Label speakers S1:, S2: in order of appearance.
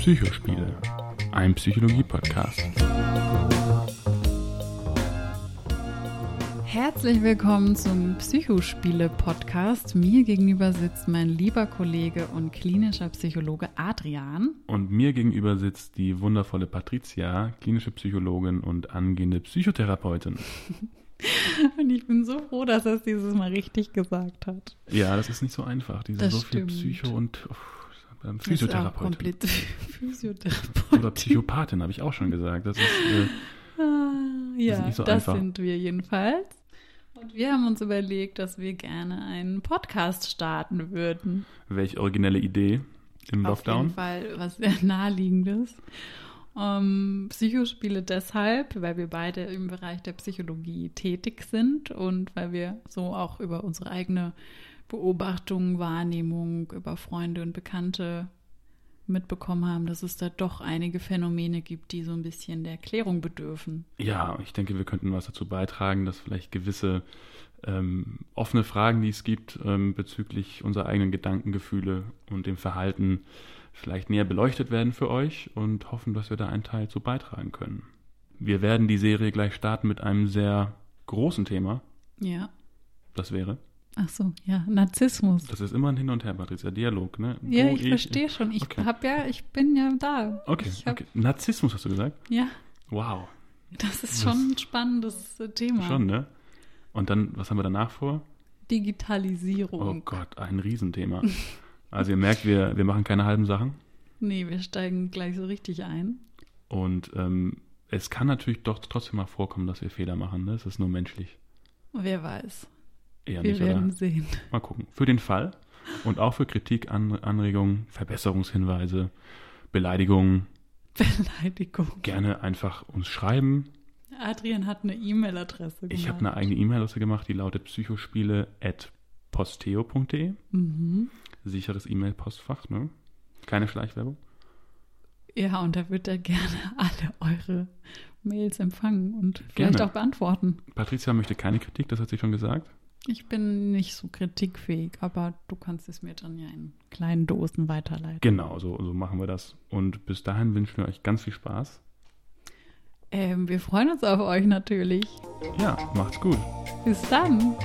S1: Psychospiele, ein Psychologie-Podcast.
S2: Herzlich willkommen zum Psychospiele-Podcast. Mir gegenüber sitzt mein lieber Kollege und klinischer Psychologe Adrian.
S1: Und mir gegenüber sitzt die wundervolle Patricia, klinische Psychologin und angehende Psychotherapeutin.
S2: Und ich bin so froh, dass er es dieses Mal richtig gesagt hat.
S1: Ja, das ist nicht so einfach. Die sind
S2: Das
S1: so
S2: stimmt.
S1: viel Psycho und uff, ähm,
S2: Das ist auch
S1: Physiotherapeutin.
S2: komplett- Physiotherapeutin.
S1: Oder Psychopathin, habe ich auch schon gesagt. Das ist, äh,
S2: Ah,
S1: ist
S2: Ja,
S1: nicht so
S2: das
S1: einfach.
S2: sind wir jedenfalls. Und wir haben uns überlegt, dass wir gerne einen Podcast starten würden.
S1: welch originelle Idee im
S2: Auf
S1: Lockdown.
S2: jeden Fall was sehr naheliegendes. Ähm, Psychospiele deshalb, weil wir beide im Bereich der Psychologie tätig sind und weil wir so auch über unsere eigene Beobachtung, Wahrnehmung, über Freunde und Bekannte mitbekommen haben, dass es da doch einige Phänomene gibt, die so ein bisschen der Erklärung bedürfen.
S1: Ja, ich denke, wir könnten was dazu beitragen, dass vielleicht gewisse ähm, offene Fragen, die es gibt ähm, bezüglich unserer eigenen Gedanken, Gefühle und dem Verhalten, vielleicht näher beleuchtet werden für euch und hoffen, dass wir da einen Teil zu beitragen können. Wir werden die Serie gleich starten mit einem sehr großen Thema.
S2: Ja.
S1: Das wäre.
S2: Ach so, ja, Narzissmus.
S1: Das ist immer ein Hin und Her, Patricia. Dialog, ne?
S2: Ja,
S1: Du,
S2: ich verstehe schon. Ich
S1: Okay.
S2: hab ja, ich bin ja da.
S1: Okay,
S2: ich hab,
S1: okay. Narzissmus hast du gesagt?
S2: Ja,
S1: Wow.
S2: das ist schon ein spannendes äh, Thema.
S1: Schon, ne? Und dann, was haben wir danach vor? Oh
S2: Digitalisierung.
S1: Gott, ein Riesenthema. Also ihr merkt, wir, wir machen keine halben Sachen.
S2: Nee, wir steigen gleich so richtig ein.
S1: Und ähm, es kann natürlich doch trotzdem mal vorkommen, dass wir Fehler machen. Ne? Es ist nur menschlich.
S2: Wer weiß.
S1: Eher
S2: wir
S1: nicht,
S2: werden
S1: oder?
S2: sehen.
S1: Mal gucken. Für den Fall und auch für Kritik, An Anregungen, Verbesserungshinweise, Beleidigungen,
S2: Beleidigung.
S1: gerne einfach uns schreiben.
S2: Adrian hat eine E-Mail-Adresse
S1: Ich habe eine
S2: gemacht.
S1: eigene E-Mail-Adresse gemacht, die lautet psychospiele.posteo.de.
S2: Mhm.
S1: Sicheres E-Mail-Postfach, ne? Keine Schleichwerbung.
S2: Ja, und da wird er gerne alle eure Mails empfangen und vielleicht
S1: Gerne.
S2: auch beantworten.
S1: Patricia möchte keine Kritik, das hat sie schon gesagt.
S2: Ich bin nicht so kritikfähig, aber du kannst es mir dann ja in kleinen Dosen weiterleiten.
S1: Genau, so, so machen wir das. Und bis dahin wünschen wir euch ganz viel Spaß.
S2: Ähm, wir freuen uns auf euch natürlich.
S1: Ja, macht's gut.
S2: Bis dann.